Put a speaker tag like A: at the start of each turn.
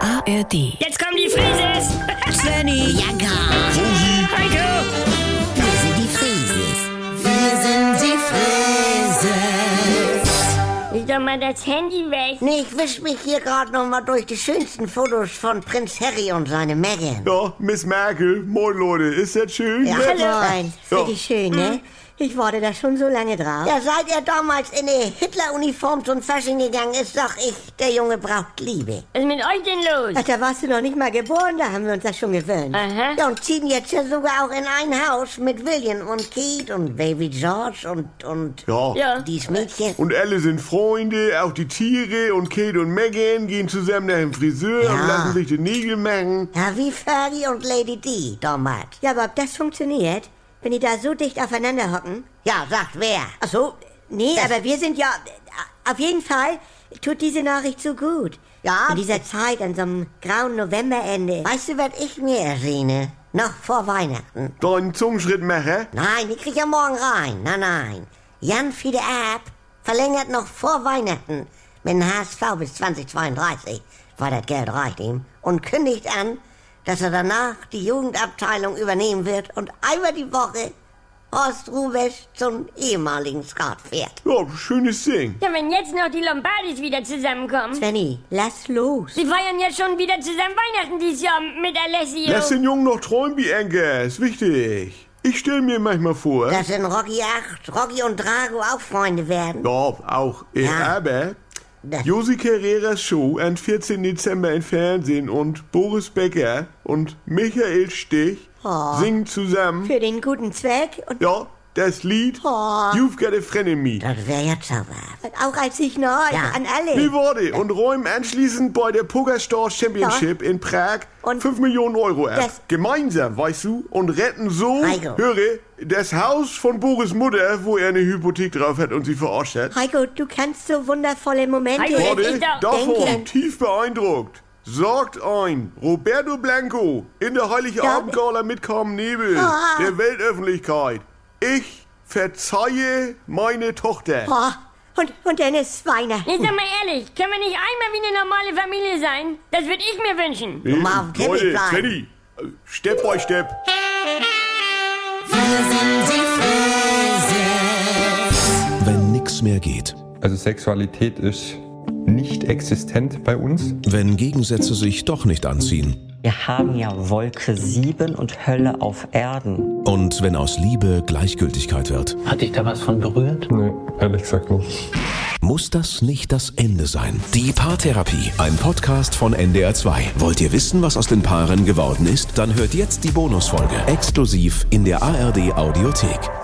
A: ARD.
B: Jetzt kommen die Frises!
C: Svenny. Ja, gar.
B: Heiko!
C: Wir sind die Frieses. Wir sind die Frieses.
B: Leg doch mal das Handy weg.
C: Nee, ich wisch mich hier gerade noch mal durch die schönsten Fotos von Prinz Harry und seine Meghan.
D: Ja, Miss Merkel, moin Leute, ist das schön?
C: Ja,
D: ne?
C: moin.
D: Ja.
E: Richtig schön, ne? Ich warte da schon so lange drauf.
C: Ja, seit er damals in die Hitler-Uniform zum Fasching gegangen ist, sag ich, der Junge braucht Liebe.
B: Was ist mit euch denn
E: Ach,
B: los?
E: da warst du noch nicht mal geboren, da haben wir uns das schon gewöhnt.
B: Aha.
C: Ja, und ziehen jetzt ja sogar auch in ein Haus mit William und Kate und Baby George und, und
D: Ja.
B: Ja.
C: dieses Mädchen.
D: Und alle sind Freunde, auch die Tiere und Kate und Megan gehen zusammen nach dem Friseur
C: Ja.
D: und lassen sich die Nägel machen.
C: Ja, wie Fergie und Lady D damals.
E: Ja, aber ob das funktioniert, wenn die da so dicht aufeinander hocken?
C: Ja, sagt wer.
E: Ach so, nee, aber wir sind ja... Auf jeden Fall tut diese Nachricht so gut.
C: Ja.
E: In dieser Zeit, an so einem grauen Novemberende.
C: Weißt du, was ich mir ersehne? Noch vor Weihnachten.
D: Deinen Zungenschrittmacher?
C: Nein, die krieg ich ja morgen rein. Nein, nein. Jan Fiede Erb verlängert noch vor Weihnachten mit dem HSV bis 2032, weil das Geld reicht ihm, und kündigt an, dass er danach die Jugendabteilung übernehmen wird und einmal die Woche Horst Rubesch zum ehemaligen Skat fährt.
D: Ja, schönes Ding.
B: Ja, wenn jetzt noch die Lombardis wieder zusammenkommen.
E: Svenny, lass los.
B: Sie feiern ja schon wieder zusammen Weihnachten dieses Jahr mit Alessio.
D: Lass den Jungen noch träumen wie Enker, ist wichtig. Ich stell mir manchmal vor.
C: Dass in Rocky 8 Rocky und Drago auch Freunde werden.
D: ja, auch. Ich
C: Ja.
D: aber.
C: Ne.
D: Josi Carreras Show am 14. Dezember im Fernsehen und Boris Becker und Michael Stich
C: Oh.
D: singen zusammen
E: Für den guten Zweck und
D: Ja, das Lied You've Got a Friend in Me.
C: Das wäre ja zauberhaft.
E: auch als Signal
C: Ja.
E: an alle.
D: Wie wurde und räumen anschließend bei der Pokerstore Championship in Prag
E: Und-
D: 5 Millionen Euro ab.
E: Das-
D: Gemeinsam, weißt du, und retten so,
C: Heiko.
D: höre, das Haus von Boris Mutter, wo er eine Hypothek drauf hat und sie verarscht hat.
E: Heiko, du kannst so wundervolle Momente...
B: Heiko, jetzt
D: Wurde
B: Ich da-
D: davon
E: denke-
D: tief beeindruckt. Sorgt ein, Roberto Blanco, in der Heiligabendgala mit Carmen Nebel, der Weltöffentlichkeit. Ich verzeihe meine Tochter.
E: Oh, und, und dann ist Weihnachten.
B: Jetzt sag mal ehrlich, können wir nicht einmal wie eine normale Familie sein? Das würde ich mir wünschen.
D: Eben,
C: mal auf dem Teppich
D: Leute,
C: bleiben.
D: Freddy, äh, Step by Step.
F: Wenn nix mehr geht.
G: Also Sexualität ist nicht existent bei uns.
F: Wenn Gegensätze sich doch nicht anziehen.
H: Wir haben ja Wolke 7 und Hölle auf Erden.
F: Und wenn aus Liebe Gleichgültigkeit wird.
I: Hat dich da was von berührt?
G: Nee, ehrlich gesagt nicht.
F: Muss das nicht das Ende sein? Die Paartherapie, ein Podcast von NDR2. Wollt ihr wissen, was aus den Paaren geworden ist? Dann hört jetzt die Bonusfolge exklusiv in der ARD Audiothek.